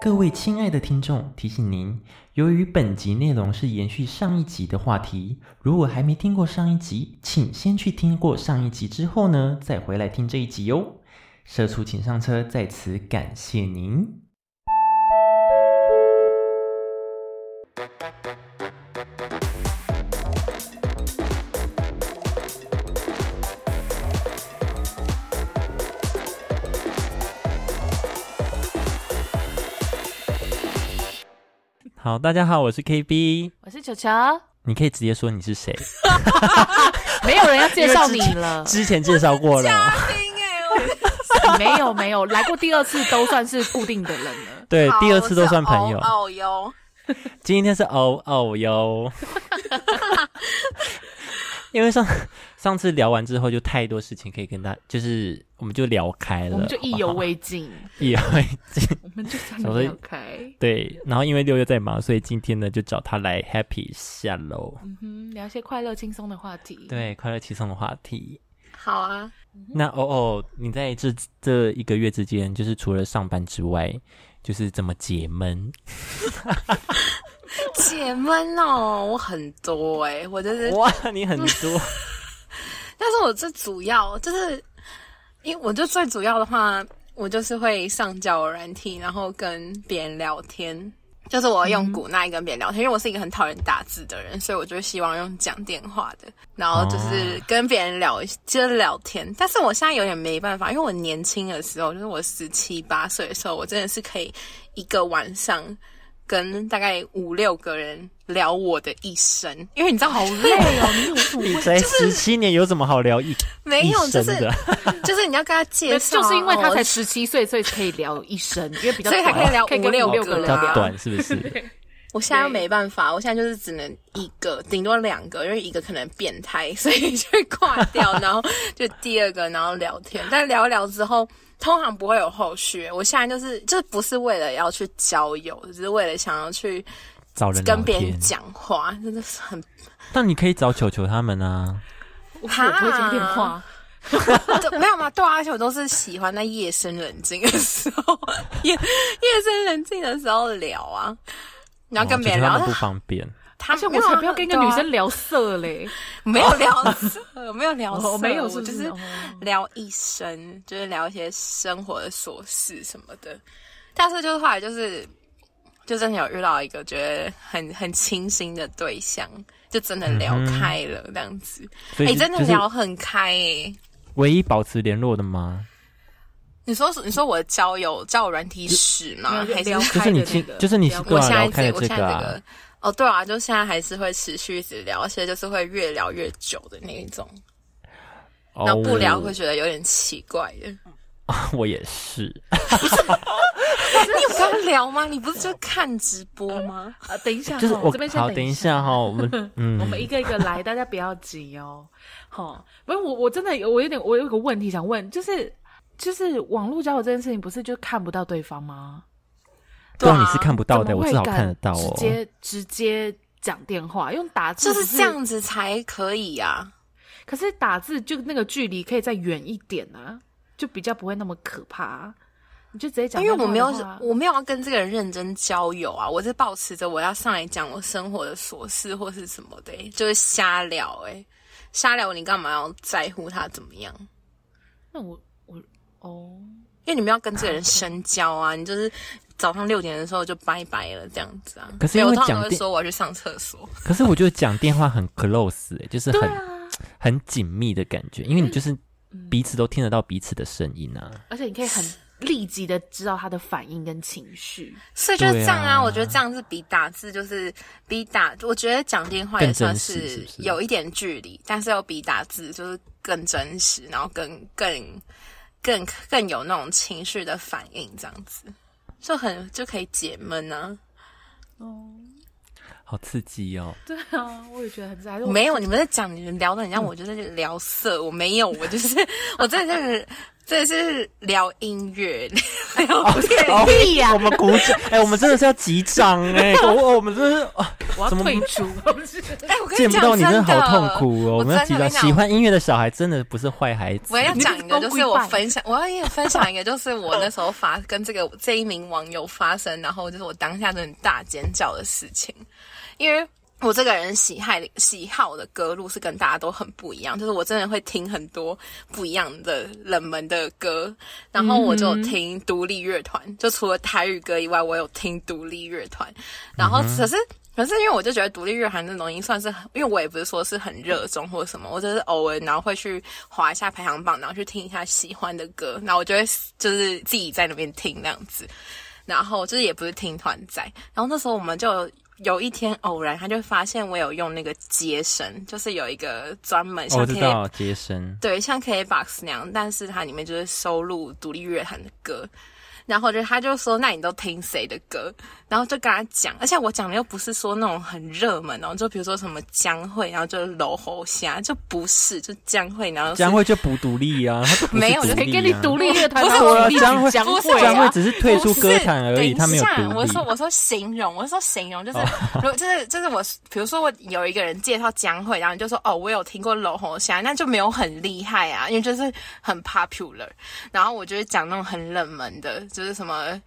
各位亲爱的听众，提醒您，由于本集内容是延续上一集的话题，如果还没听过上一集，请先去听过上一集之后呢，再回来听这一集哟、社畜请上车，在此感谢您。好，大家好，我是 KB，我是球球，啊你可以直接说你是谁，，没有人要介绍你了之前介绍过 了。欸 没有没有，来过第二次都算是固定的人了。对，好第二次都算朋友我是。哦哟，今天是哦哦哟，因为上上次聊完之后，就太多事情可以跟大，就是我们就聊开了，我们就意好犹不好未尽，意犹未尽。我们就想的没有开，对，然后因为六月在忙，所以今天呢就找他来 happy 一下喽。嗯哼，聊一些快乐轻松的话题。，对，快乐轻松的话题。好啊，那哦哦，你在这这一个月之间，就是除了上班之外，就是怎么解闷？解闷哦，我很多哎、我就是，哇，你很多，但是我最主要就是，因为我就最主要的话，我就是会上交友软体，然后跟别人聊天。就是我会用古奈跟别人聊天，因为我是一个很讨厌打字的人，所以我就希望用讲电话的，然后就是跟别人聊，就是聊天。但是我现在有点没办法，因为我年轻的时候，就是我十七八岁的时候，我真的是可以一个晚上跟大概五六个人聊我的一生，因为你知道好累哦，你有 苦你才十七年，有什么好聊一没一有，就生是的？ 就是你要跟他介没绍，就是因为他才哦十七岁，所以可以聊一生，因为比较所以短，还可以聊跟五六六个个人比啊较聊。短是不是？我现在又没办法，我现在就是只能一个，顶多两个，因为一个可能变态， 所以就会挂掉，然后就第二个，然后聊天。但聊一聊之后，通常不会有后续。我现在就是就是不是为了要去交友，只是为了想要去找人聊跟别天人讲话，真的是很那你可以找球球他们啊。我不会讲电话，啊 对没有嘛，对啊，而且我都是喜欢在夜深人静的时候， 夜夜深人静的时候聊啊，然后跟别人哦球球他。聊们不方便。他而且我才不要跟一个女对啊生聊色嘞， 没有哦聊色，没有聊色，我没有，我是不就是是哦聊一生，就是聊一些生活的琐事什么的。但是就是后来就是，就真的有遇到一个觉得很很清新的对象，就真的聊开了这样子。嗯所哎、以是、真的就是聊很开哎、唯一保持联络的吗？你说你说我的交友交友软体史吗？没有还是聊就开是的你那今个，就是你聊对 我啊现在聊开我了现这在个这啊个。哦，对啊，就现在还是会持续一直聊，而且就是会越聊越久的那一种，哦然后不聊会觉得有点奇怪的。我也是， 你有跟他聊吗？你不是就看直播吗？啊等一下，就是哦我这边先好等一下哈，我 们嗯我们一个一个来，大家不要急哦。 好，不是我，我真的有，我有点，我有个问题想问，就是就是网络交友这件事情，不是就看不到对方吗？对啊啊你是看不到怎的，么我会至少敢看得到直哦。接直接讲电话，用打字就只是这。样子才可以啊呀、可是打字就那个距离可以再远一点啊，就比较不会那么可怕啊、你就直接啊，讲因为电我话没的话，有我没有要跟这个人认真交友啊，我是保持着我要上来讲我生活的琐事或是什么的欸、就是瞎聊哎、瞎聊你干嘛要在乎他怎么样？那我我哦，因为你们要跟这个人深交啊，你就是早上六点的时候就拜拜了这样子啊。可是没有因为我通讲常都会电说我要去上厕所，可是我觉得讲电话很 close，、欸、就是对很、啊，很紧密的感觉，因为你就是嗯彼此都听得到彼此的声音啊。而且你可以很立即的知道他的反应跟情 绪。 所以就是这样对啊啊。我觉得这样是比打字就是比打，我觉得讲电话也更真算实是不是有一点距离，但是又比打字就是更真实，然后更更更更有那种情绪的反应，这样子就很就可以解闷啊。哦，好刺激哦！对啊，我也觉得很在。还是我嗯 没有，你们在讲你们聊的很像我就是聊色，我没有，我就是我真的就是这是聊音乐，聊天。哦，我们鼓 掌，哎、我们真的是要击掌哎、我我我们真的是啊我要怎么退 出，不是哎、我跟见你不讲，到你真的好痛苦哦！我我们要击真掌。的跟你讲喜欢音乐的小孩真的不是坏孩子我，要讲一个，就是我你是公分享，我要跟你分享一个，就是我那时候发跟这个这一名网友发生，然后就是我当下真的大尖叫的事情，因为我这个人喜爱的喜好的歌路是跟大家都很不一样，就是我真的会听很多不一样的冷门的歌，然后我就有听独立乐团，就除了台语歌以外，我有听独立乐团，然后可是。可是因为我就觉得独立乐团这种东西算是很，因为我也不是说是很热衷或者什么，我就是偶尔然后会去划一下排行榜，然后去听一下喜欢的歌，然后我就会就是自己在那边听那样子，然后就是也不是听团仔，然后那时候我们就。有一天偶然，他就发现我有用那个接生，就是有一个专门哦像我 K 知道，杰森，对，像 KBox 那样，但是它里面就是收录独立乐坛的歌。然后就他就说，那你都听谁的歌？然后就跟他讲，而且我讲的又不是说那种很热门哦，就比如说什么江蕙，然后就是楼侯虾，就不是，就江蕙，然后是江慧就不独立啊，他就不是没有独立、啊、啊谁哎给你独立乐团？不是然后我独立江惠江不是惠江啊慧只是退出歌坛而已，不是他没有等一下独我立哦说。我说形容，我说形容就是，如果就是就是我，比如说我有一个人介绍江蕙，然后你就说哦，我有听过娄红霞，那就没有很厉害啊，因为就是很 popular。然后我就是讲那种很冷门的，就是什么。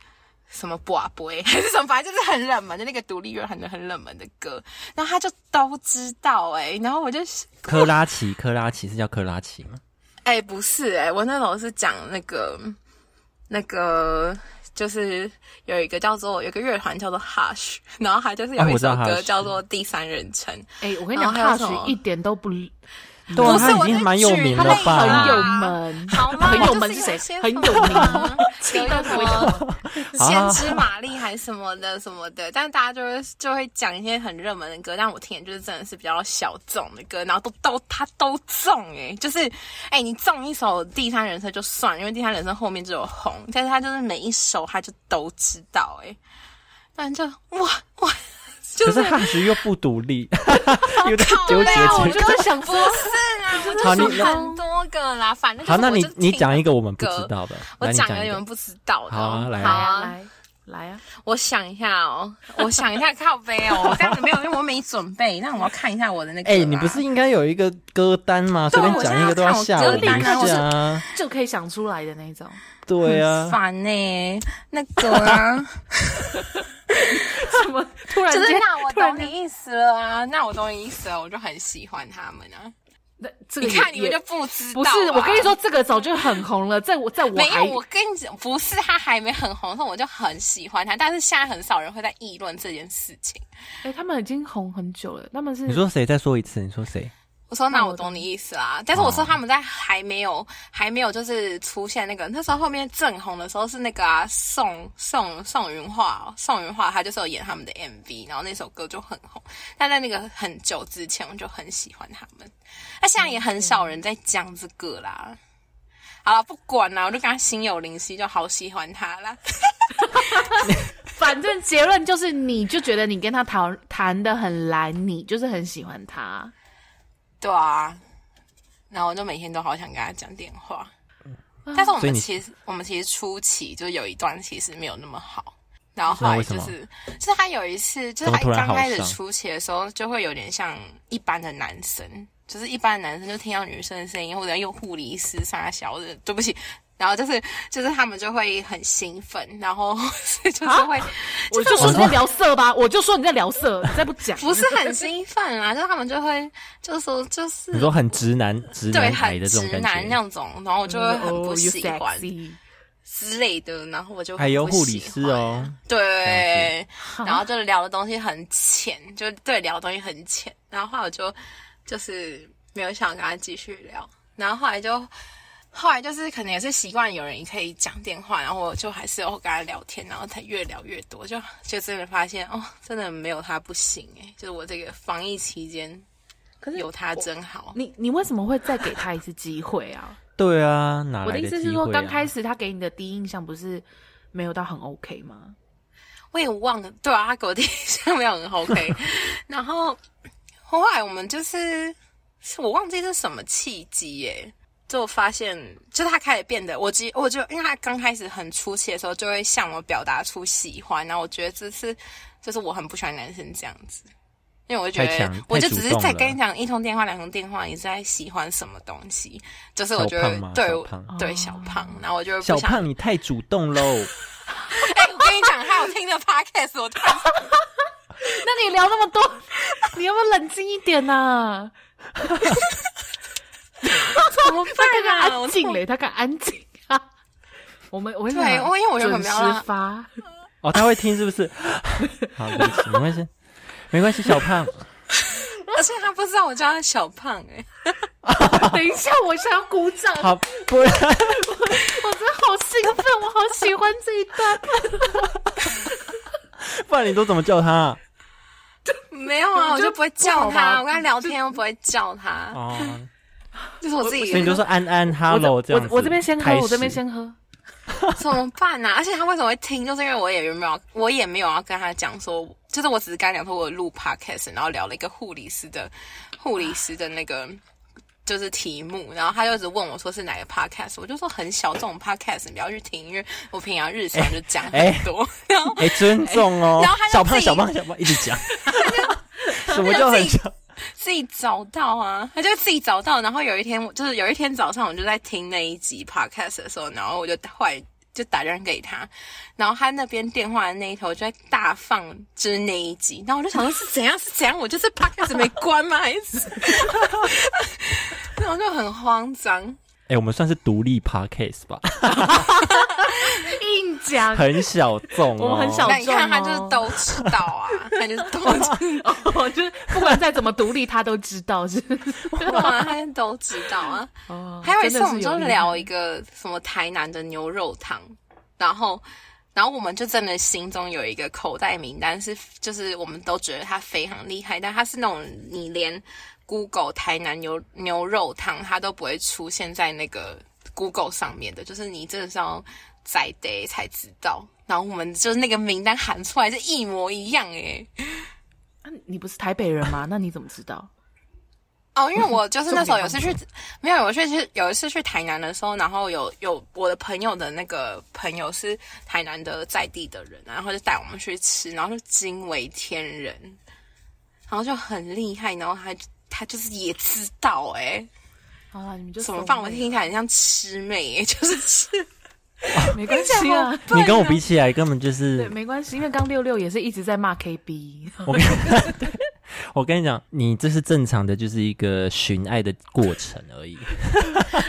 什么寡杯 还是什么，反正就是很冷门的那个独立乐团的很冷门的歌，然后他就都知道哎、然后我就科拉奇，科拉奇是叫科拉奇吗？哎、不是哎、我那时候是讲那个那个，就是有一个叫做有一个乐团叫做 Hush，然后它就是有哦一我知首道歌 Hush 叫做《第三人称》，哎，我跟你讲，然后大还有什学么一点都不，对啊，不是他我已经在蛮有举名他了那吧？个很有啊门，好吗？很有门就是谁？些很有名 啊，有一个什 么先知玛丽还是什么的什么的，但大家就会就会讲一些很热门的歌，但我听的就是真的是比较小众的歌，然后都都他都中哎、就是哎、你中一首第三人称就算，因为第三人称后面就有红，但是他就是每一首他就都知道哎、但就哇哇，就可是是汉石又不独 立， 有点纠结对啊，我这就个。是想说，不是啊，我好就你说很多个啦，反正就是好，那我你就你听讲一个我们不歌知道的，我来你讲讲了一你个们不知道的哦、好啊来啊好啊来来啊，我想一下哦，我想一下靠背哦，我这样子没有，因为我没准备，那我要看一下我的那个啦。哎、你不是应该有一个歌单吗？随啊对啊便讲一个都要吓我们一我现在下要啊。就可以想出来的那种。对很啊，烦呢、欸那 个啊，什么？突然就间是那啊我突然懂间你意思了啊，那我懂你意思了，我就很喜欢他们啊。那这个你也看你们也就不知道不啊吧，是，我跟你说，这个早就很红了，在我在我没还有，我跟你讲，不是他还没很红的时候，我就很喜欢他，但是现在很少人会在议论这件事情。哎、他们已经红很久了，他们是你说谁？再说一次，你说谁？我说那那我我懂懂你意思啊，但是我说哦他们在还没有、还没有就是出现那个那时候后面正红的时候是那个啊宋宋宋云画、哦，宋云画她就是有演他们的 MV，然后那首歌就很红，但在那个很久之前我就很喜欢他们，那现在也很少人在讲这个啦。好了，不管啦，我就跟他心有灵犀，就好喜欢他啦。反正结论就是，你就觉得你跟他谈谈的很来，你就是很喜欢他。对啊，然后我就每天都好想跟他讲电话，但是我嗯所以们你其实我们其实初期就有一段其实没有那么好，然后后那来为什就么是就是他有一次就怎是么他突然刚好开始上初期的时候就会有点像一般的男生，就是一般的男生就听到女生的声音或者用护理师啥小的，对不起。然后就是就是他们就会很兴奋，然后 就是会、啊我就说我你在聊色吧，我就说你在聊色，你再不讲不是很兴奋啊，就是他们就会就说就是你说很直男、直对，男癌很的这直种男感那觉。种，然后我就会很不哦，you 喜欢 sexy 之类的，然后我就还有很不护理喜师欢，哦，对，哈然后就聊的东西很浅，就对聊的东西很浅，然后后来我就就是没有想跟他继续聊，然后后来就。后来就是可能也是习惯有人可以讲电话，然后我就还是有跟他聊天，然后才越聊越多，就就真的发现哦，真的没有他不行诶、就是我这个防疫期间可是有他我真好。你你为什么会再给他一次机会 啊？对啊，哪我来的意思机是会、啊？说，刚开始他给你的第一印象不是没有到很 OK 吗？ 我也忘了，对啊，他给我第一项没有很 OK，然后后来我们就是是我忘记是什么契机耶、就发现，就他开始变得，我记，我就因为他刚开始很初期的时候，就会向我表达出喜欢，然后我觉得这是，就是我很不喜欢男生这样子，因为我就觉太强得，我就太主只是动在了跟你讲一通电话、两通电话，你是在喜欢什么东西？就是我小觉胖得吗，？对小我胖，对哦小胖，然后我就会小不想。胖，你太主动喽！哎、我跟你讲，还有听的 podcast，我突然那你聊那么多， 你要不要冷静一点呐、 怎么啊他办敢啊？安我怎静么嘞，他敢安静啊！我们我跟你对讲我因为我原本准没有让时发，哦，他会听是 不是？好，对不起，没关系，没关系，小 胖， 而且他不知道我叫他小胖、哎，等一下我想要鼓掌，好，不然我真的好兴奋，我好喜欢这一段。不然你都怎么叫他啊？没有啊，我我就就不会叫不好吧他，我嗯跟他聊天又不会叫他，哦，就是我自己所以你就说安安我 这 hello 这样子我我这边先喝开，始我这边先喝。怎么办呢、啊？而且他为什么会听？就是因为我也没有，我也没有要跟他讲说，就是我只是跟他讲说我录 podcast，然后聊了一个护理师的护理师的那个就是题目，然后他就一直问我说是哪个 podcast，我就说很小众 podcast，你不要去听，因为我平常日常就讲哎很多， 然后哎，尊重哦然后他，就小胖，自己小胖，小胖，一直 讲，什么叫很小？自己找到啊，他就自己找到。然后有一天，就是有一天早上，我就在听那一集 podcast 的时候，然后我就后来就打电话给他，然后他那边电话的那一头就在大放就是那一集，然后我就想说是怎样是怎样，我就是 podcast 没关吗？还是？然后就很慌张，哎，我们算是独立 podcast 吧，硬讲， 很小众哦，我们很小那你看重他就是哦都知道啊，他就是都知道。哦，就是不管再怎么独立，他都知道是不是。哇，他都知道啊。哦还有一次，真的是我们就厉害聊一个什么台南的牛肉汤，然后，然后我们就真的心中有一个口袋名单是，就是我们都觉得它非常厉害，但它是那种你连 Google 台南牛牛肉汤它都不会出现在那个 Google 上面的，就是你真的是要在得才知道。然后我们就是那个名单喊出来是一模一样诶、啊你不是台北人吗？那你怎么知道？哦，因为我就是那时候有一次去，没有，我去去有一次去台南的时候，然后有有我的朋友的那个朋友是台南的在地的人，啊然后就带我们去吃，然后就惊为天人，然后就很厉害，然后他他就是也知道哎、 好了，你们就怎么怂办？我了 听起来很像魑魅、欸，就是吃没关系啊，你跟我比起来，根本就 对，是没关系，因为刚六六也是一直在骂 KB，我跟我跟你讲，你这是正常的，就是一个寻爱的过程而已。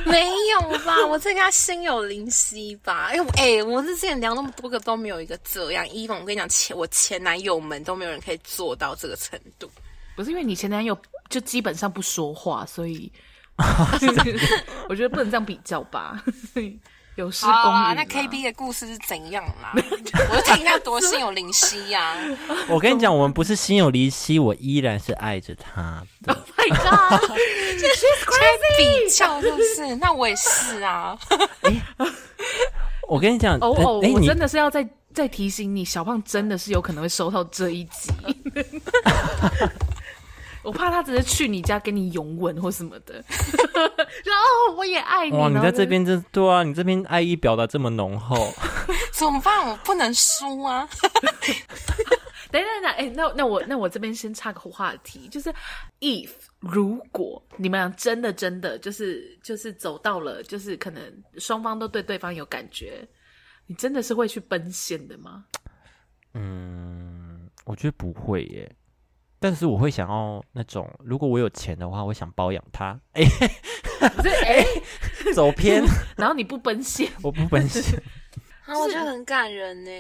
没有吧？我这跟他心有灵犀吧？哎、我哎、我之前聊那么多个都没有一个这样，伊凡，我跟你讲，前我前男友们都没有人可以做到这个程度。 不是因为你前男友就基本上不说话，所以 我觉得不能这样比较吧。 有失公允、好啊，那 KB 的故事是怎样啦？ 我就听他多心有灵犀啊呀、我跟你讲，我们不是心有灵犀，我依然是爱着他的。 ，My God，she's crazy。比较就是，那我也是啊。我跟你讲，哦但哦，哎我你真的是要再再提醒你，小胖真的是有可能会收到这一 集。我怕他只是去你家给你拥吻或什么的， 然后哦我也爱你。哇，你然后在就这边真对啊，你这边爱意表达这么浓厚，怎么办？我不能输啊！等一下等等，哎、那那我那我这边先插个话题，就是 if 如果你们俩真的真的就是就是走到了，就是可能双方都对对方有感觉，你真的是会去奔现 的吗？嗯，我觉得不会耶。但是我会想要那种，如果我有钱的话，我想包养他。哎、不是哎、走偏，然后你不奔现，我不本心。啊，我觉得很感人呢、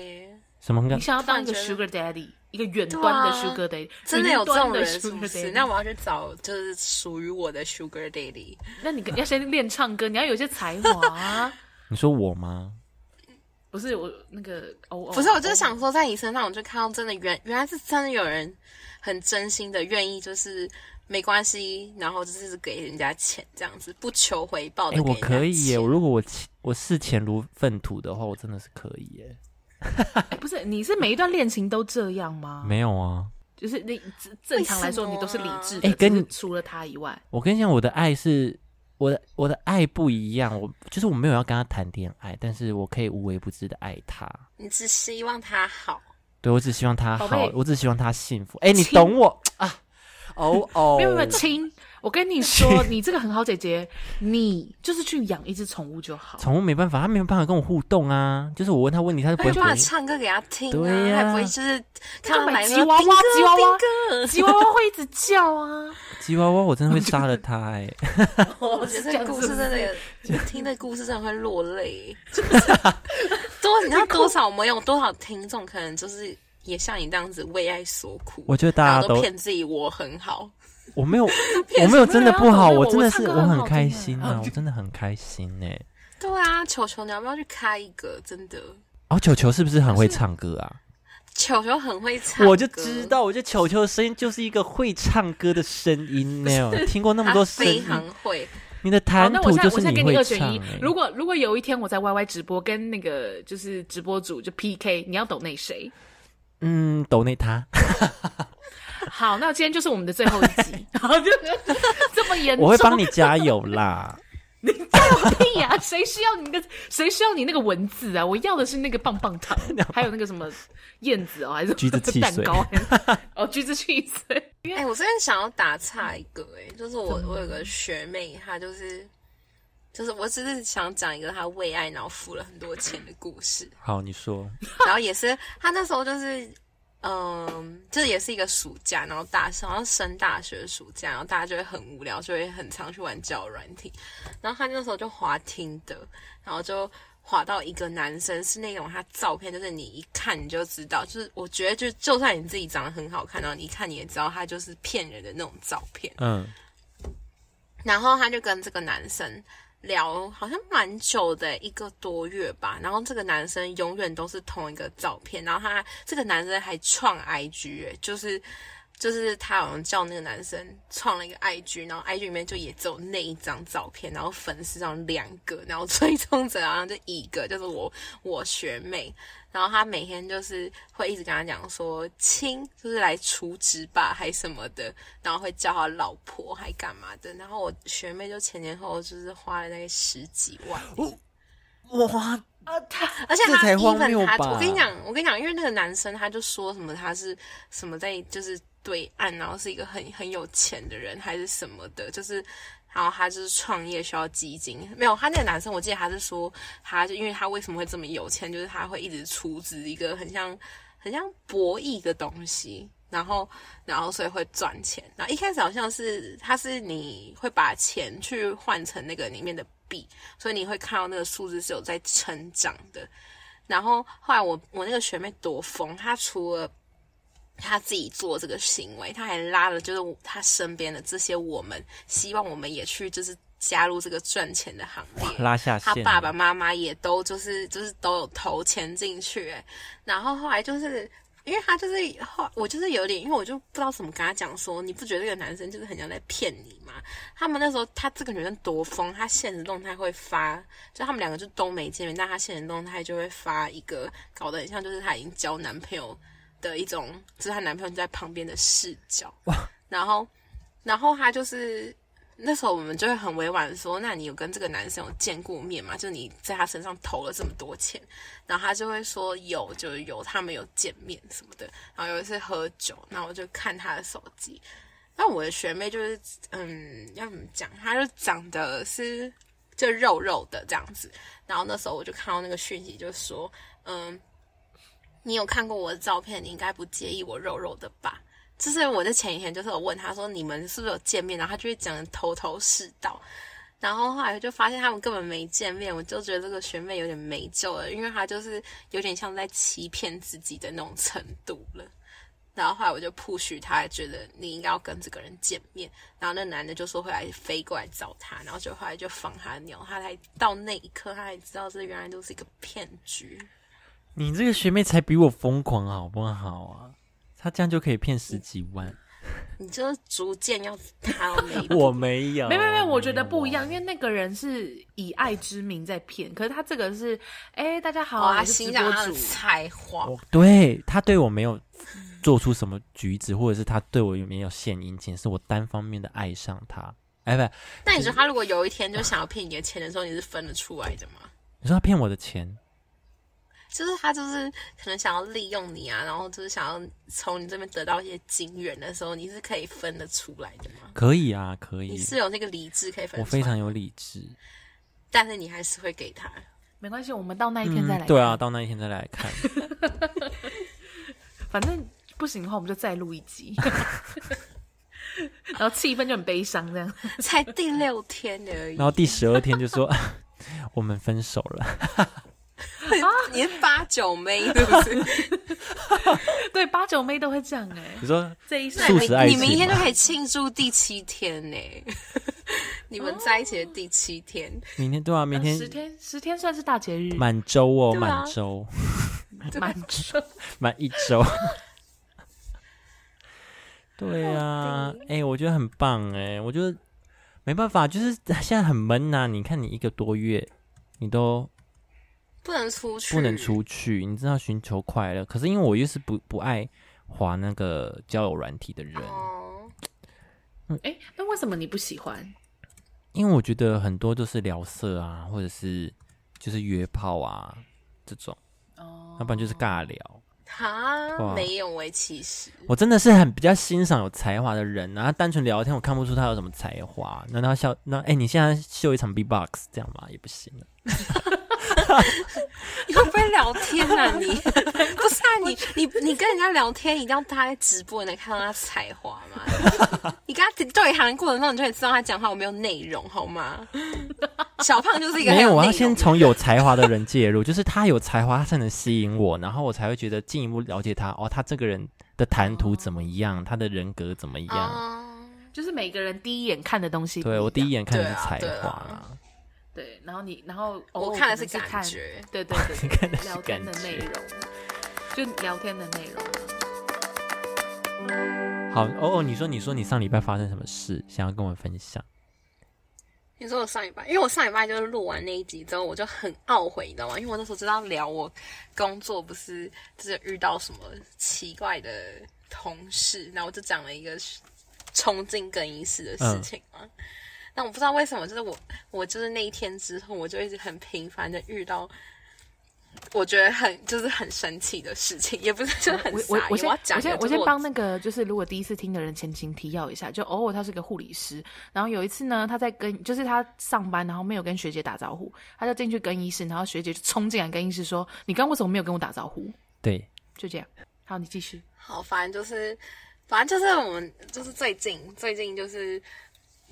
什么感你？想要当一个突然觉 sugar daddy，一个远端的对啊 sugar daddy，、真的有这云端种人的是 sugar 不 daddy。是？那我要去找就是属于我的 Sugar Daddy。那你要先练唱歌，你要有一些才华、啊。你说我吗？不是我那个哦，哦不是，我就想说，在你身上，我就看到真的原原来是真的有人很真心的愿意，就是没关系，然后就是给人家钱这样子，不求回报哎、的。我可以耶！我如果我钱我视钱如粪土的话，我真的是可以耶。哎不是，你是每一段恋情都这样吗？没有啊，就是你正正常来说，为什么啊你都是理智的，哎跟只是除了他以外，我跟你讲，我的爱是，我的我的爱不一样，我就是我没有要跟他谈恋爱，但是我可以无微不至的爱他。你只希望他好，对我只希望他宝好贝，我只希望他幸福。哎、你亲懂我啊？哦哦，没有没有亲，我跟你说，你这个很好，姐姐，你就是去养一只宠物就好。宠物没办法，它没有办法跟我互动啊。就是我问他问题，他就不那会就回帮他。唱歌给他听对啊，呀还不会就是看就到买来吉娃娃吉娃娃 哥，吉娃娃会一直叫啊，吉娃娃，我真的会杀了它 哎、 我觉得这个故事真的有，听的故事真的会落泪。就是多，你知道多少我们有多少听众，可能就是也像你这样子为爱所苦。我觉得大然家后都都，骗自己我很好，我 没有，我没有真的不好，没有我我真的是唱歌我很好很开听哎心啊，我真的很开心哎、对啊，球球，你要不要去开一个？真的，哦，球球是不是很会唱歌啊？球球很会唱，我就知。道，我觉得球球的声音就是一个会唱歌的声音呢。 我听过那么他多声非音，常会，你的好，谈那我吐现在就我是现在给会二唱选一哎。如果如果有一天我在 YY 直播跟那个就是直播主就 PK，你要抖那谁？ 嗯，抖内他，好，那今天就是我们的最后一 集，然后就 这么严重，我会帮你加油啦。 你加油屁呀、 谁需要你那个？谁需要你那个文字啊？我要的是那个棒棒 糖，还有那个什么燕子哦，还是橘子汽水蛋 糕？还是哦，橘子汽水。哎、我这边想要打岔一个、哎，就是我我有个学妹，她就是，就是我只是想讲一个她为爱然后付了很多钱的故事，好，你说，然后也是他那时候就是，嗯，这也是一个暑假，然后大好像升大学暑假，然后大家就会很无聊，就会很常去玩交友软体。然后他那时候就滑听的，然后就滑到一个男生是那种他照片，就是你一看你就知道，就是我觉得就就算你自己长得很好看，然后你一看你也知道他就是骗人的那种照片。嗯，然后他就跟这个男生聊，好像蛮久的，一个多月吧。然后这个男生永远都是同一个照片，然后他这个男生还创 IG，欸就是就是他好像叫那个男生创了一个 IG，然后 IG 里面就也只有那一张照片，然后粉丝上两个，然后 追踪者好像就一个，就是我我学妹。然后他每天就是会一直跟他讲说亲，就是来除职吧，还什么的，然后会叫他老婆，还干嘛的。然后我学妹就前前后后就是花了大概十几万，哦欸哇，而且这他才 even 荒谬他，吧我跟你讲，我跟你讲，因为那个男生他就说什么他是什么在就是对岸，然后是一个很很有钱的人还是什么的，就是。然后他就是创业需要基金，没有他那个男生，我记得他是说，他就因为他为什么会这么有钱，就是他会一直出资一个很像很像博弈的东西，然后然后所以会赚钱。然后一开始好像是它是你会把钱去换成那个里面的币，所以你会看到那个数字是有在成长的。然后后来我我那个学妹多疯，她除了她自己做这个行为，她还拉了就是她身边的这些我们，希望我们也去就是加入这个赚钱的行列。拉下他线，爸爸妈妈也都就是就是都有投钱进去、欸，然后后来就是因为他就是后我就是有点，因为我就不知道怎么跟他讲说，你不觉得这个男生就是很像在骗你吗？他们那时候他这个女生多疯，他现实动态会发，就他们两个就都没见面，但他现实动态就会发一个搞得很像就是他已经交男朋友的一种，就是她男朋友就在旁边的视角，然后然后他就是那时候我们就会很委婉地说，那你有跟这个男生有见过面吗？就你在他身上投了这么多钱，然后他就会说有，就是有，他们有见面什么的。然后有一次喝酒，然后我就看他的手机，那我的学妹就是，嗯，要怎么讲？她就长得是就肉肉的这样子。然后那时候我就看到那个讯息，就说，嗯，你有看过我的照片，你应该不介意我肉肉的吧？就是我在前一天就是有问他说你们是不是有见面，然后他就会讲得头头是道，然后后来就发现他们根本没见面，我就觉得这个学妹有点没救了，因为她就是有点像在欺骗自己的那种程度了。然后后来我就 push 他，觉得你应该要跟这个人见面。然后那男的就说会来飞过来找他，然后就后来就放他鸟，他才到那一刻，他才知道这原来都是一个骗局。你这个学妹才比我疯狂好不好啊？她这样就可以骗十几万，你就是逐渐要他到那一步我没有，没没没，我觉得不一样，因为那个人是以爱之名在骗，可是他这个是，哎，大家好，哇，我他是直欣播赏他的主。才华。我对他对我没有做出什么举止，或者是他对我有没有献殷勤，是我单方面的爱上他。哎，不，那你说他如果有一天就想要骗你的钱的时候，你是分得出来的吗？你说他骗我的钱，就是他就是可能想要利用你啊，然后就是想要从你这边得到一些金元的时候，你是可以分得出来的吗？可以啊，可以你，是有那个理智可以分我得出非来，常有理智。但是你还是会给他。没关系，我们到那一天再来、嗯对啊，，到那一天再来看。反正不行的话，我们就再录一集， 然后气氛就很悲伤这样。才第六天而已然，后第十二天就 说我们分手了，你是八九妹是不是？对，八九妹都会这样哎、欸，你说这一生 素食爱你情明天就嘛，可以庆祝第七天呢、 你们在一起的第七天，明天对啊，明天十天十天算是大节日，满周哦，对啊满周，满 周。满一周。对啊，哎、我觉得很棒哎、我觉得没办法，就是 现在很闷呐、你看你一个多月，你都不能出去，不能。出去，你知道寻求快乐。可是因为我又是不不爱滑那个交友软体的人，哦，哎，那为什么你不喜欢？因为我觉得很多都是聊色啊，或者是就是约炮啊这种，哦要不然就是尬聊。哇哈，没有为其实我真的是很比较欣赏有才华的人啊，他单纯聊天我看不出他有什么才华。难道笑那哎、你现在秀一场 B-box 这样吗？也不行啊。 你会不会聊天 啊你？ 不是啊，你你你跟人家聊天，一定要他在直播能看到他才华吗？ 你跟他对谈过程中，你就会知道他讲话有没有内容，好吗？小胖就是一个很没有，内我容要的先从有才华的人介入，就是他有才华，他才能吸引我，然后我才会觉得进一步了解他。哦，他这个人的谈吐怎么样，他的人格怎么样？啊，就是每个人第一眼看的东西不一对样。我第一眼看的是对啊才对华啊啦。对，然后你，然后我偶尔看的可能是是感看觉对对对，对 看的是聊天的感觉内容，就聊天的内容。好，哦哦，你说你说你上礼拜发生什么事，想要跟我分享？你说我上礼拜，因为我上礼拜就是录完那一集之后，我就很懊悔，你知道吗？因为我那时候知道聊我工作不是就是遇到什么奇怪的同事，然后我就讲了一个冲进更衣室的嗯事情嘛。那我不知道为什么，就是我我就是那一天之后，我就一直很频繁的遇到。我觉得很就是很神奇的事情，也不是就很我傻我眼我先要讲我一个先我就是先帮那个就是如果第一次听的人前情提要一下，就偶尔他是个护理师，然后有一次呢，他在跟就是他上班，然后没有跟学姐打招呼，他就进去更衣室，然后学姐就冲进来更衣室说：“你刚刚为什么没有跟我打招呼对，？”就这样。好，你继续。好，反正就是，反正就是我们就是最近最近就是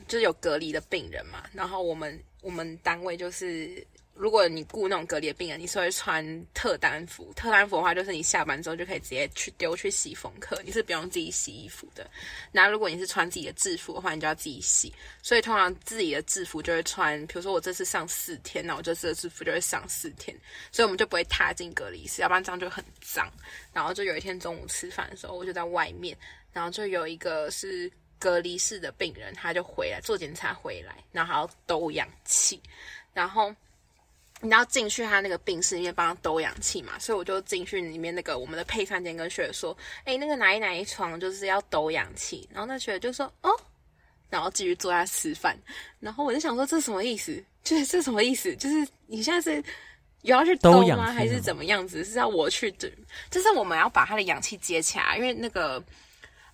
就是有隔离的病人嘛，然后我们我们单位就是。如果你雇那种隔离的病人，你是会穿特单服。特单服的话，就是你下班之后就可以直接去丢去洗缝课，你是不用自己洗衣服的。那如果你是穿自己的制服的话，你就要自己洗。所以通常自己的制服就会穿，比如说我这次上四天，那我这次的制服就会上四天，所以我们就不会踏进隔离室，要不然这样就很脏。然后就有一天中午吃饭的时候，我就在外面，然后就有一个是隔离室的病人，他就回来做检查回来，然后还要兜氧气，然后。你要进去他那个病室里面帮他兜氧气嘛，所以我就进去里面那个我们的配餐间跟学姐说，哎、那个哪一哪一床就是要兜氧气，然后那学姐就说哦，然后继续坐下吃饭，然后我就想说这什么意思？就是这什么意思？就是你现在是有要去兜兜氧吗？气还是是吗怎么样子？是要我去的？就是我们要把他的氧气接起来，因为那个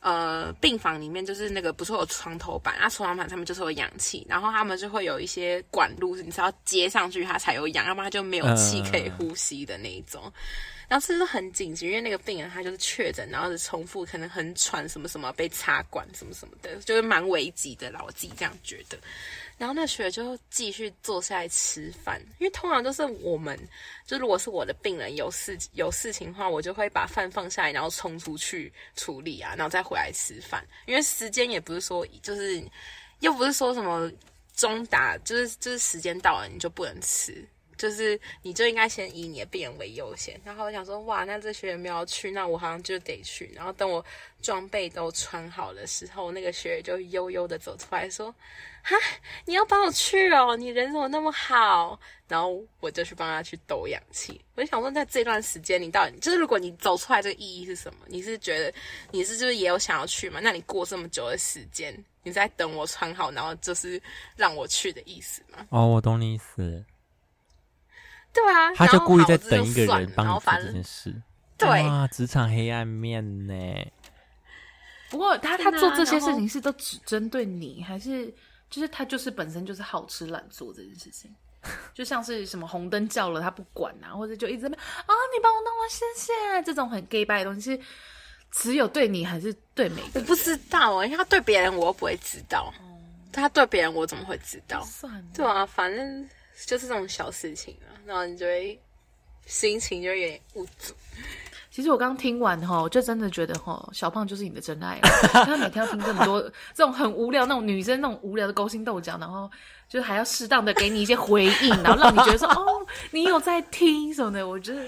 呃病房里面就是那个不是有床头板啊，床头板上面就是有氧气，然后他们就会有一些管路，你是要接上去它才有氧，要不然它就没有气可以呼吸的那一种。然后这是很紧急，因为那个病人他就是确诊，然后是重复，可能很喘什么什么，被插管什么什么的，就是蛮危急的啦，我自己这样觉得。然后那学姐就继续坐下来吃饭，因为通常都是我们，就如果是我的病人有事有事情的话，我就会把饭放下来，然后冲出去处理啊，然后再回来吃饭，因为时间也不是说就是又不是说什么中打，就是就是时间到了你就不能吃。就是你就应该先以你的病人为优先。然后我想说，哇，那这学员没有去，那我好像就得去。然后等我装备都穿好的时候，那个学员就悠悠的走出来说：“哈，你要帮我去哦，你人怎么那么好？”然后我就去帮他去抖氧气。我就想说，在这段时间，你到底就是如果你走出来，这个意义是什么？你是觉得你是就是也有想要去嘛？那你过这么久的时间，你在等我穿好，然后就是让我去的意思吗？哦，我懂你意思，对啊，他就然后故意好在这等就一个算人了帮然你后做反这正件事。对哇，职场黑暗面呢？不过他他真的啊做这些事然情后是都只针对你，还是就是他就是本身就是好吃懒做这件事情？就像是什么红灯叫了他不管啊，或者就一直在那边啊你帮我弄了谢谢这种很 gay 拜的东西，是只有对你还是对每我个人？不知道，欸因为他对别人我又不会知道，他对别人我怎么会知道？算了，对啊，反正就是这种小事情啊，然后你就会心情就会有点无助。其实我刚听完哈，我就真的觉得哈，小胖就是你的真爱了。哦 他每天要听这么多 这种很无聊、那种女生那种无聊的勾心斗角，然后就是还要适当的给你一些回应，然后让你 觉得说哦，你有在听什么的。我觉得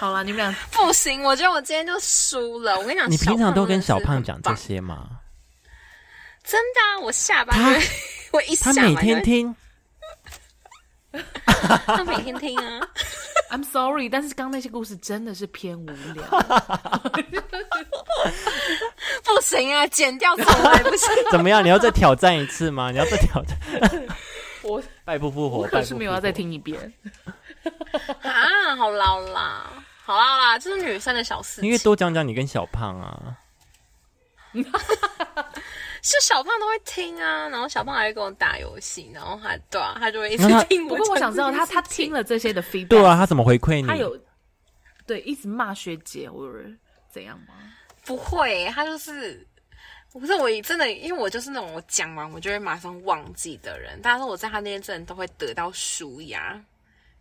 好了，你们俩不行，我觉得我今天就输了。我跟你讲，你平常都跟啊小小胖胖真讲的这是很棒，些吗？真的啊、我下班他就会我一下他班每就天 会，听，他每天听啊。 I'm sorry，但是刚刚那些故事真的是偏无聊。不行啊，剪掉重来 不行。怎么样？你要再挑战一次吗？你要再挑战？ 我败不复活，我败可 不是复没有要活再。听一遍。啊，好老啦，好啦好啦，这是女生的小事因为情，多讲讲你跟小胖啊，是小胖都会听啊，然后小胖还会跟我打游戏，然后他对啊，他就会一直那他听我。不过我想知道他他听了，了这些的 feedback，对啊，他怎么回馈他你？有对一直骂学姐或者怎样吗？不会、他就是。不是我真的，因为我就是那种我讲完我就会马上忘记的人，但是我在他那边真的都会得到舒压，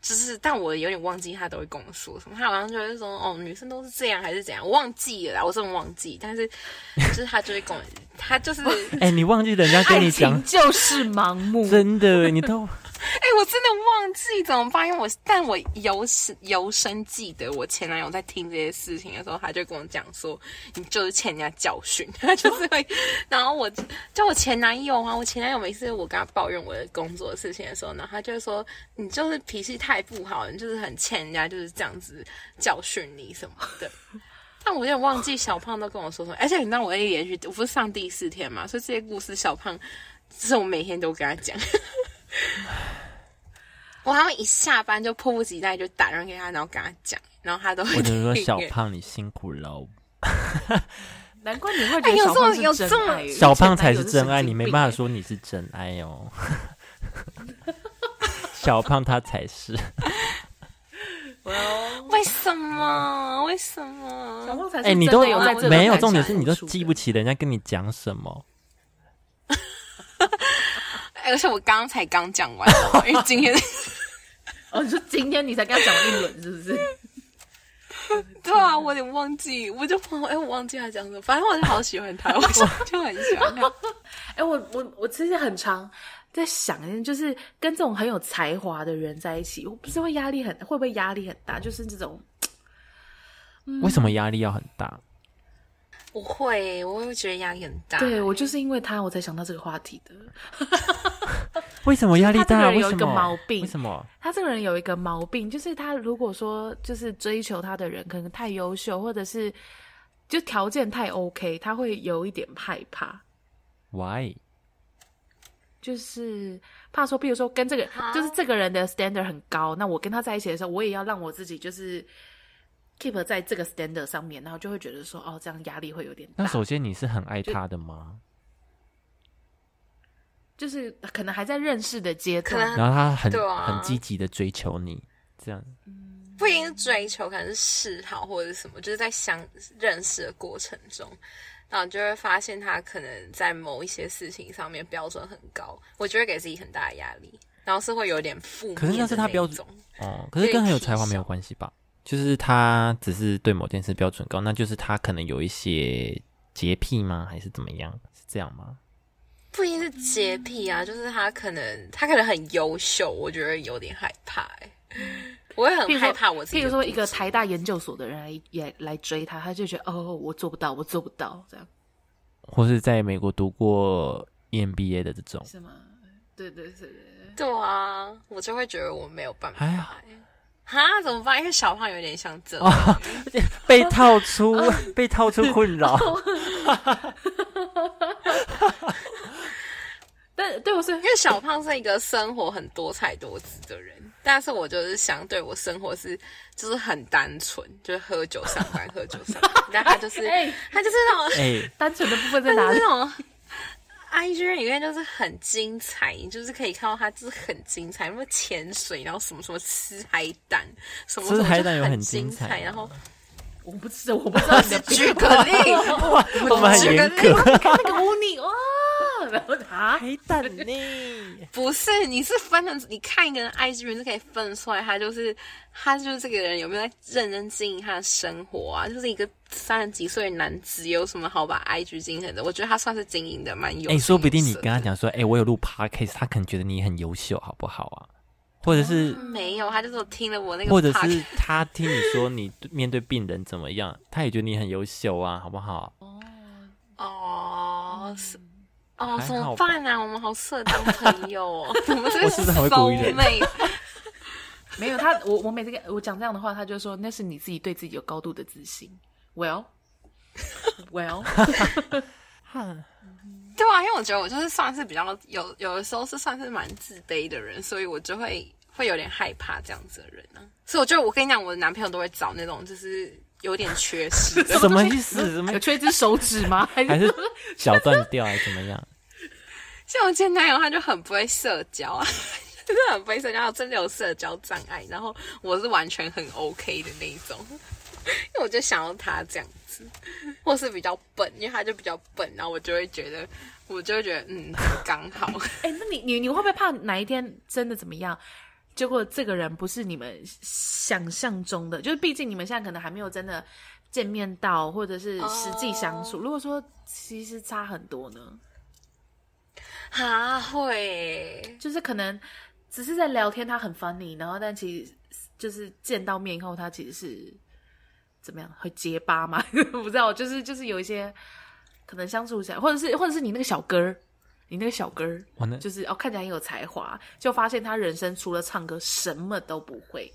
就是但我有点忘记他都会跟我说什么，他好像就会说哦女生都是这样还是怎样，我忘记了啦，我真的忘记，但是就是他就会跟我，他就是哎、你忘记人家跟爱你情讲，就是盲 目，真 的，你都哎、我真的忘记怎么办，因为我但我由是由深记得，我前男友在听这些事情的时候，他就跟我讲说，你就是欠人家教训， 他就是会，然后我就我前男友啊，我前男友每次我跟他抱怨我的工作的事情的时候，然后他就会说，你就是脾气太不好，你就是很欠人家就是这样子教训你什么 的。但我有点忘记小胖都跟我说什么，而且你知道我一连续我不是上第四天嘛，所以这些故事小胖，这是我每天都跟他讲。 我好像一下班就迫不及待就打电话给他，然后跟他讲，然后他都会我只能说听欸小胖你辛苦哦喽，难怪你会觉哎得有小胖这么是有真这么爱，因为小胖前男才友是是真爱，神经你没病办法哎说你是真爱哦。 小胖他才是，为什么？为什么？小胖才是哎、你真都的有在这个没感有情重点是付你都出记的不起人家跟你讲什么，哎而且我刚刚才刚讲完， 因为今天哦，你说今天你才跟他讲了一轮，是不 是？对啊，我有点忘记，我就哎、我忘记他讲什么，反正我就好喜欢他，我 就就很喜欢他。哎、我我我其实很常在想，就是跟这种很有才华的人在一起，我不知道压力很会不会压力很大，就是这种嗯为什么压力要很大？我会，我会觉得压力很大。哎对我就是因为他我才想到这个话题的。为什么压力他这个大？人为有一什个么？毛病为什么？他这个人有一个毛病，就是他如果说就是追求他的人可能太优秀，或者是就条件太 OK，他会有一点害怕。啊 Why？就是怕说，比如说跟这个，啊就是这个人的 standard 很高，那我跟他在一起的时候，我也要让我自己就是 keep 在这个 standard 上面，然后就会觉得说，哦，这样压力会有点大那，首先你是很爱他的吗？就是可能还在认识的阶段可。能然后他很、对啊很积极的追求你，这样不一定是追求，可能是嗜好或者是什么，就是在相认识的过程中，然后你就会发现他可能在某一些事情上面标准很高，我就会给自己很大的压力，然后是会有点负面的可是那是他一标准种哦。可是跟很有才华没有关系吧？就是他只是对某件事标准高，那就是他可能有一些洁癖吗？还是怎么样？是这样吗？不一定是洁癖啊，就是他可能他可能很优秀，我觉得有点害怕、欸。我会譬很如说害怕我自己譬的如固执。说一个台大研究所的人来也来追他，他就觉得哦，我做不到，我做不到，这样或是在美国读过 E EMBA 的这种， 是吗？对对对对对啊，我就会觉得我没有办法。欸还好哦哈，怎么办？因为小胖有点像这，被套出，哦被套出困 扰。但对我是因为小胖是一个生活很多彩多姿的人，但是我就是相对我生活是就是很单纯，就是喝酒上班，喝酒上班。 但他 就是哎他就是那种，哎、单纯的部分他在哪就里 是？那种 IG 里面就是很精彩，你就是可以看到他就是很精彩，什么潜水，然后什么什么吃海胆，什么什么吃海胆就有很很精精彩啊然后我不知道，我不知道你的 举个例， 我们很举个严格。例 看那个污泥哇，然后啊，海胆呢？不是，你是分得，你看一个人 IG 人就可以分得出来，他就是他就是这个人有没有在认真经营他的生活啊？就是一个三十几岁的男子，有什么好把 IG 经营的？我觉得他算是经营的蛮有趣的。哎、说不定你跟他讲说，哎、我有录 podcast，他可能觉得你很优秀，好不好啊？或者是，没有，他就是听了我哦那个 podcast，或者是他听你说你面对病人怎么样，他也觉得你很优秀啊，好不好？哦是哦还好吧怎么办啊？我们好适合当朋友哦，我们我这是是不是很会鼓励人 soulmate 没有他，我我每次跟我讲这样的话，他就说那是你自己对自己有高度的自信。Well。Well， 对啊，因为我觉得我就是算是比较有有的时候是算是蛮自卑的人，所以我就会会有点害怕这样子的人啊。所以我觉得我跟你讲，我的男朋友都会找那种就是有点缺失 的，什么意思？什么有缺一只手指吗？还还是是脚断掉还是怎么样？像我前男友他就很不会社交啊。 就是很不会社交，真的有社交障碍。然后我是完全很 OK 的那一种， 因为我就想要他这样子，或是比较笨，因为他就比较笨，然后我就会觉得，我就会觉得，嗯，刚 好。哎、那你你你会不会怕哪一天真的怎么样？结果这个人不是你们想象中的，就是毕竟你们现在可能还没有真的见面到，或者是实际相处。如果说其实差很多呢，啊，会，就是可能只是在聊天，他很 funny，然后但其实就是见到面以后，他其实是怎么样会结巴吗？ 不知道，就是就是有一些可能相处起来，或者是或者是你那个小哥儿，你那个小哥儿，我那就是哦，看起来很有才华，就发现他人生除了唱歌什么都不会。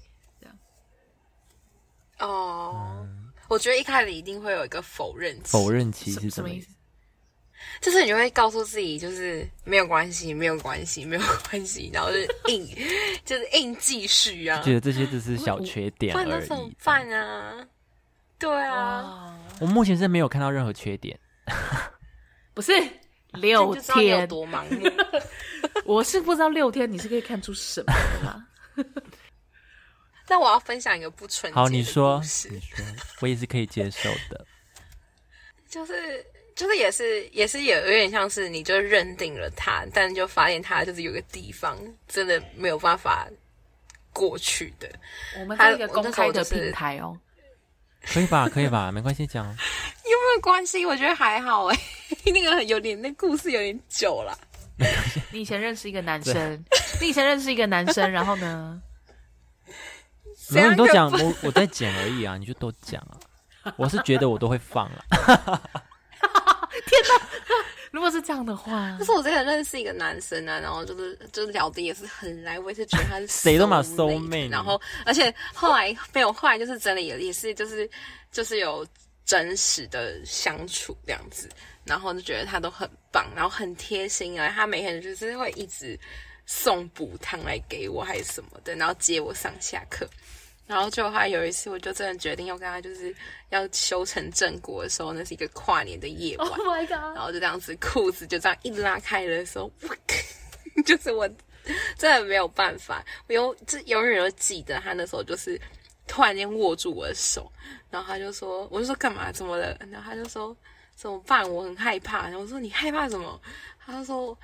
哦，我觉得一开始一定会有一个否认期，嗯否认期什是什什么么意意思 思？？就是你会告诉自己，就是没有关系，没有关系，没有关系，然后就是硬， 就是硬继续啊，觉得这些只是小缺点不然而能怎么已。办啊？对啊，哦，我目前是没有看到任何缺点。不是啊这六就知道你有天，多盲目。我是不知道六天你是可以看出什么的 啦。 但我要分享一个不纯洁的好，你说，故事你说，我也是可以接受的。就是就是也是也是有有点像是你就认定了他，但就发现他就是有个地方真的没有办法过去的，我们他是一个公开的平台哦，可以吧？可以吧？没关系，讲。有没有关系？我觉得还好哎、 那个有点，那故事有点久了。你以前认识一个男生，你以前认识一个男生，然后呢？没有，你都谁讲，让我我在剪而已啊，你就都讲啊。我是觉得我都会放啊。如果是这样的啊话就，是我之前认识一个男生啊，然后就是就是聊的也是很来，我也是觉得他是 谁都嘛 soul soulmate mate 然后而且后来没有，后来就是真的也也是就是就是有真实的相处这样子，然后就觉得他都很棒，然后很贴心啊，他每天就是会一直送补汤来给我还是什么的，然后接我上下课。然后就他有一次，我就真的决定要跟他就是要修成正果的时候，那是一个跨年的夜 晚。Oh my god！然后就这样子裤子就这样一拉开的时候，哇 就是我真的没有办法，我永这永远都记得他那时候就是突然间握住我的手，然后他就说，我就说干嘛怎么了？然后他就说怎么办？我很害怕。然后我说你害怕什么？他就说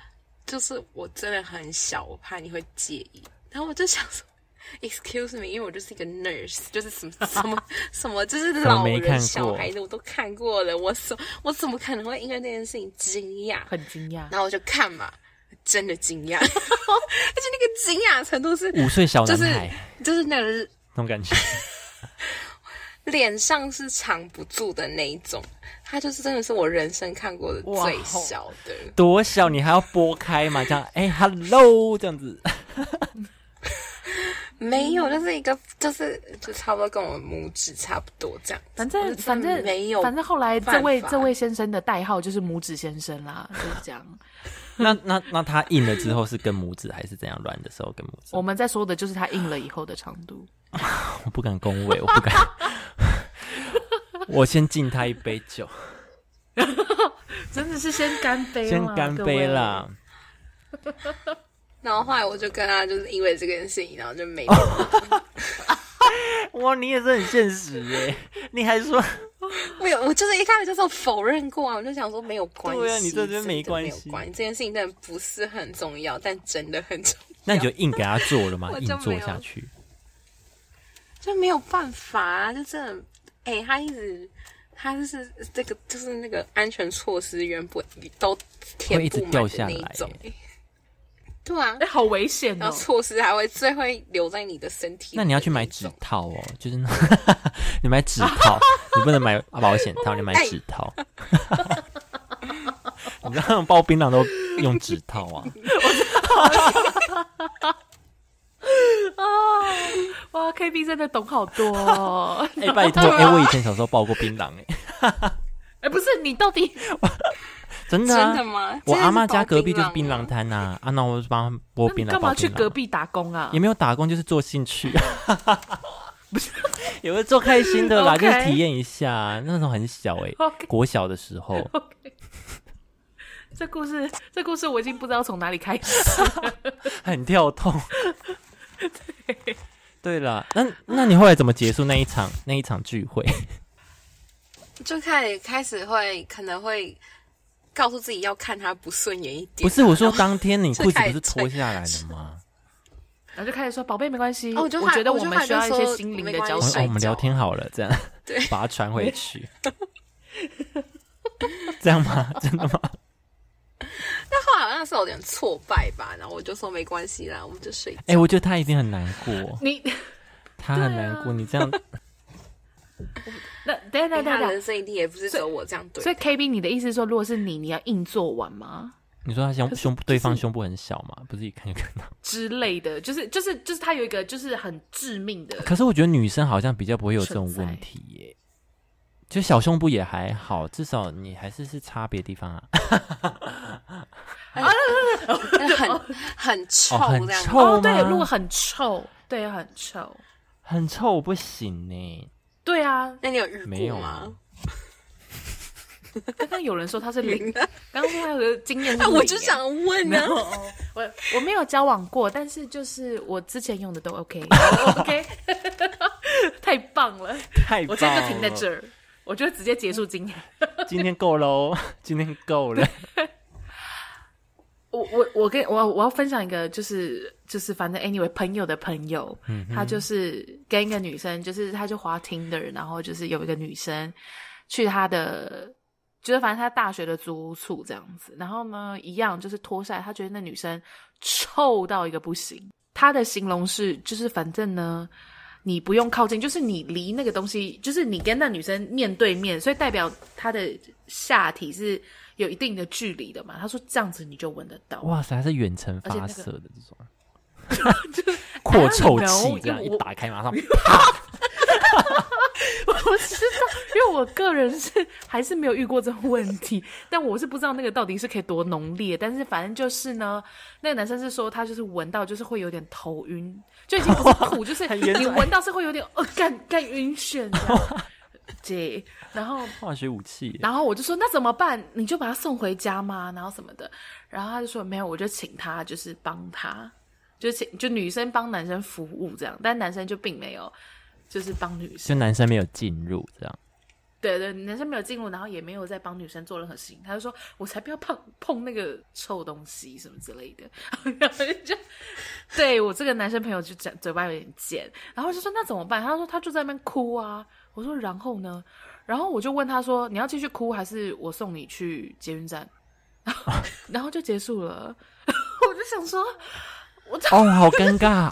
就是我真的很小，我怕你会介意。然后我就想说。Excuse me，因为我就是一个 nurse，就是什么什么什么，就是么老没看人、过小孩子我都看过了，我怎我怎么可能会因为那件事情惊讶？很惊讶，然后我就看嘛，真的惊讶，而 且那个惊讶程度是，五岁小就男是孩、就是那个那种感觉，脸上是藏不住的那一种，他就是真的是我人生看过的哇最小的。多小你还要拨开嘛？这样，哎、h e l l o 这样子，没嗯有，就是一个，就是就差不多跟我拇指差不多这样子。反我正就真反的正没有，反正后来这位办法这位先生的代号就是拇指先生啦，就是 这样。那那那他硬了之后是跟拇指还是怎样？软的时候跟拇指？我们在说的就是他硬了以后的长度。我不敢恭维，我不敢。 我先敬他一杯酒，真的是先干杯啦，先干杯啦！然后后来我就跟他就是因为这件事情，然后就没有哇，你也是很现实耶，你还说 我有，我就是一开始就是否认过啊，我就想说没有关系，对啊你这边真的没没关系有关系，这件事情真的不是很重要，但真的很重要，那你就硬给他做了 嘛，我就硬做没有下去。就没有办法、啊，就真的，哎、他一直。他就是这个，就是那个安全措施原本都填会一直不满掉的下那一来种，对啊哎、，好危险然哦后！措施还会最会留在你的身体里那的种。你要去买指套哦，就是那 你买指套，你不能买保险套，你买指套。 你知道那种包槟榔都用指套啊？哦哇，K B 真的懂好多、哦。 哎、拜 托，哎、我以前小时候包过槟榔、哎，哎、不是你到底真的、啊，真的吗？我真的阿妈包家隔壁就是槟槟榔榔吗，摊呐、啊，啊，那我就帮她剥槟榔。干嘛包去槟榔隔？壁打工啊也？没有打工，就是做兴趣， 有的做开心的啦 OK 就是体验一下。那时候很小哎、 OK 国小的时候， 这故事，这故事我已经不知道从哪里开始。 很跳痛。对了，那那你后来怎么结束那一场那一场聚会？就开始开始会可能会告诉自己要看他不顺眼一点。不是我说，当天你就裤子开不始是脱下来了吗？然后就开始说：“宝贝，没关系，哦我就觉得我我就们需要一些心灵的后交来就我哦说水我。们聊天好了，这样对，把它传回去，这样吗？真的吗？但后来好像是有点挫败吧，然后我就说没关系啦，我们就睡觉。哎、我觉得他一定很难过，你他很难过。你这样那等一下等一下因为等他一下人生一定也不是只有我这样对所以 K B，你的意思是说，如果是你，你要硬做完吗？你说他胸胸部对方胸部很小嘛，不是一看就看到。之类的，就是就是就是他有一个就是很致命的，可是我觉得女生好像比较不会有这种存在问题耶，就小胸部也还好，至少你还是是差别地方啊，但是很很臭哦，很这样。臭哦，对，如果吗？很臭，对，很臭，很臭，我不行呢。对啊。那你有遇没有啊过吗？刚刚有人说他是 零，刚刚说他的经验是那零， 我就哎想问啊呢，哦我我没有交往过，但是就是我之前用的都 OK，OK，、OK 太棒了！ 太我现在就棒停在了这儿，我就直接结束今天。今天够喽，今天够了。我我我跟我我要分享一个，就是就是反正 anyway 朋友的朋友， 嗯他就是跟一个女生，就是他就滑听的，然后就是有一个女生去他的，就是反正他大学的租屋处这样子，然后呢一样就是脱下来，他觉得那女生臭到一个不行，他的形容是就是反正呢。你不用靠近，就是你离那个东西，就是你跟那女生面对面，所以代表她的下体是有一定的距离的嘛。他说这样子你就闻得到，哇塞，还是远程发而且那射个的这 种， 扩臭 I don't 器 know，这样因一为我打开马上， 我知道，因为我个人是还是没有遇过这种问题，但我是不知道那个到底是可以多浓烈。但是反正就是呢，那个男生是说他就是闻到就是会有点头晕，就已经不是苦，就是很严重你闻到是会有点呃干干晕眩这样。对，然后 化学武器 耶。然后我就说那怎么办？你就把他送回家吗？然后什么的，然后他就说没有，我就请他就是帮他，就请就女生帮男生服务这样，但男生就并没有就是帮女生就。男生没有进入这样，对对，男生没有进入，然后也没有在帮女生做任何事情，他就说：“我才不要碰碰那个臭东西什么之类的。” 然后就对我这个男生朋友就讲嘴巴有点贱，然后就说：“那怎么办？”他说：“他就在那边哭啊。”我说：“然后呢？”然后我就问他说：“你要继续哭，还是我送你去捷运站？”然后就结束了。 我就想说，我操，哦，好尴尬，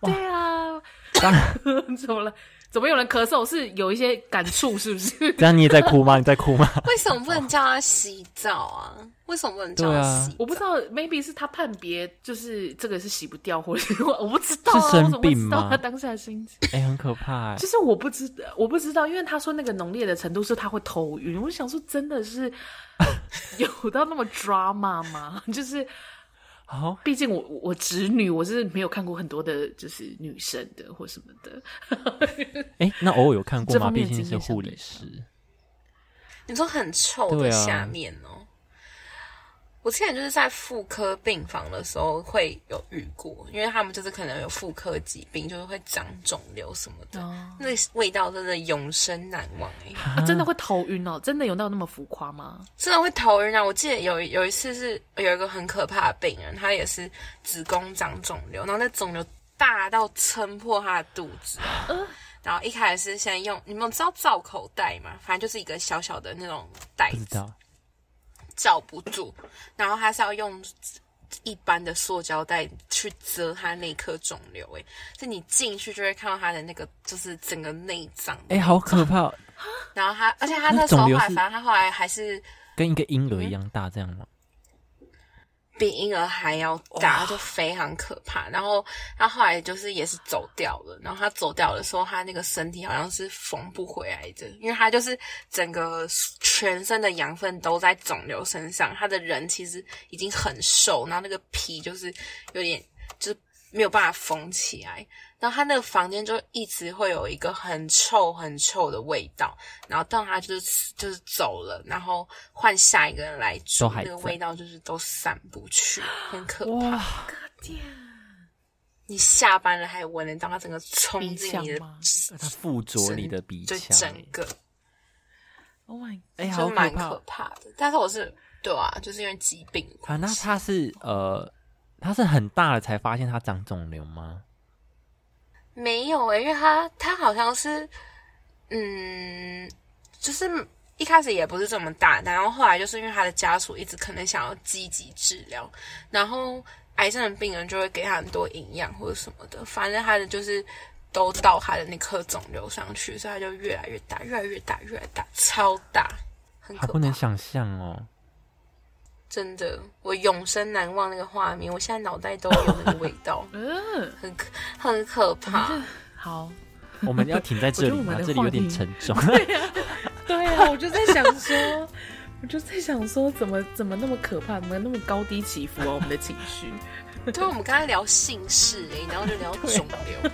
对啊，当然， 怎么了？怎么有人咳嗽？是有一些感触，是不是？ 这样你也在哭吗？你在哭吗？ 为什么不能叫他洗澡啊？为什么不能叫对他啊洗澡？我不知道，maybe 是他判别，就是这个是洗不掉，或者是 我我不知道、啊，是生我怎么会知病道吗他当下的心情？哎、很可怕、哎就是我不知道，我不知道，因为他说那个浓烈的程度是他会头晕，我想说真 的是有到那么 drama 吗？就是好、毕竟我我侄女，我是没有看过很多的，就是女生的或什么的。哎、那偶尔有看过这吗？方毕面的竟经是验护相对理师，你说很臭对的啊下面哦。我之前就是在妇科病房的时候会有遇过，因为他们就是可能有妇科疾病，就是会长肿瘤什么的，哦那味道真的永生难忘哎、啊真的会头晕哦，真的有到那么浮夸吗？真的会头晕啊！我记得有有一次是有一个很可怕的病人，他也是子宫长肿瘤，然后那肿瘤大到撑破他的肚子，呃然后一开始是先用你们知道造口袋吗？反正就是一个小小的那种袋不知子，道。罩不住，然后他是要用一般的塑胶袋去遮它那颗肿瘤，哎，就你进去就会看到它的那个就是整个内脏，哎、好可怕 哦，然后他，而且他那那时肿候后瘤来，是反正他后来还是跟一个婴儿一样大，这样吗？比婴儿还要大，就非常可怕。然后他后来就是也是走掉了，然后他走掉的时候，他那个身体好像是缝不回来的，因为他就是整个全身的养分都在肿瘤身上，他的人其实已经很瘦，然后那个皮就是有点就是没有办法缝起来。然后他那个房间就一直会有一个很臭很臭的味道，然后到他就是就是走了，然后换下一个人来住都，还那个在味道就是都散不去，很可怕。哇，你下班了还闻得到它整个冲鼻进腔你的吗它附着你的鼻就腔，整个 Oh my，，哎、就好蛮怕可怕的。但是我是对啊，就是因为疾病的啊！关那系它是呃，它是很大了才发现它长肿瘤吗？没有诶、欸因为他他好像是，嗯，就是一开始也不是这么大，然后后来就是因为他的家属一直可能想要积极治疗，然后癌症的病人就会给他很多营养或者什么的，反正他的就是都到他的那颗肿瘤上去，所以他就越来越大，越来越大，越来越大，超大，很好可不怕，能想象哦，真的，我永生难忘那个画面，我现在脑袋都有那个味 道嗯，很可很可怕。好， 我们要停在这我觉得里我吗们？的这里有点话题 沉重。对啊，我就在想 说，我就在想说，怎么怎么那么可怕，怎么那么高低起伏啊，我们的情绪，对，我们刚才聊姓氏哎、然后就聊肿瘤。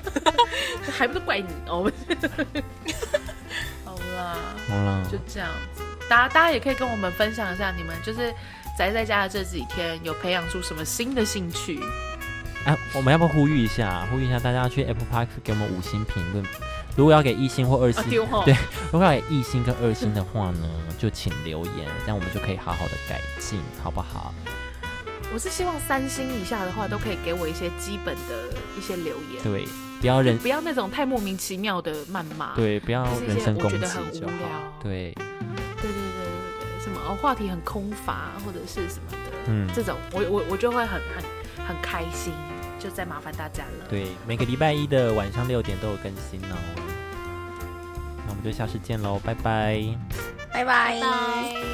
还不是怪你哦。 我们好啦。好啦就，这样子。大家大家也可以跟我们分享一下，你们就是宅在家的这几天有培养出什么新的兴趣？哎、我们要不要呼吁一下？呼吁一下大家去 Apple Park 给我们五星评论。如果要给一星或二星，啊丢吼 对，如果要给一星跟二星的话呢，就请留言，这样我们就可以好好的改进，好不好？我是希望三星以下的话，都可以给我一些基本的一些留言，对，不要人不要那种太莫名其妙的谩骂。对，不要就是一些人身攻我觉得很击就无好聊。对，对对对对对，什么哦话题很空乏或者是什么的，嗯这种我我我就会很很很开心，就再麻烦大家了。对，每个礼拜一的晚上六点都有更新哦。那我们就下次见喽，拜拜。拜拜拜。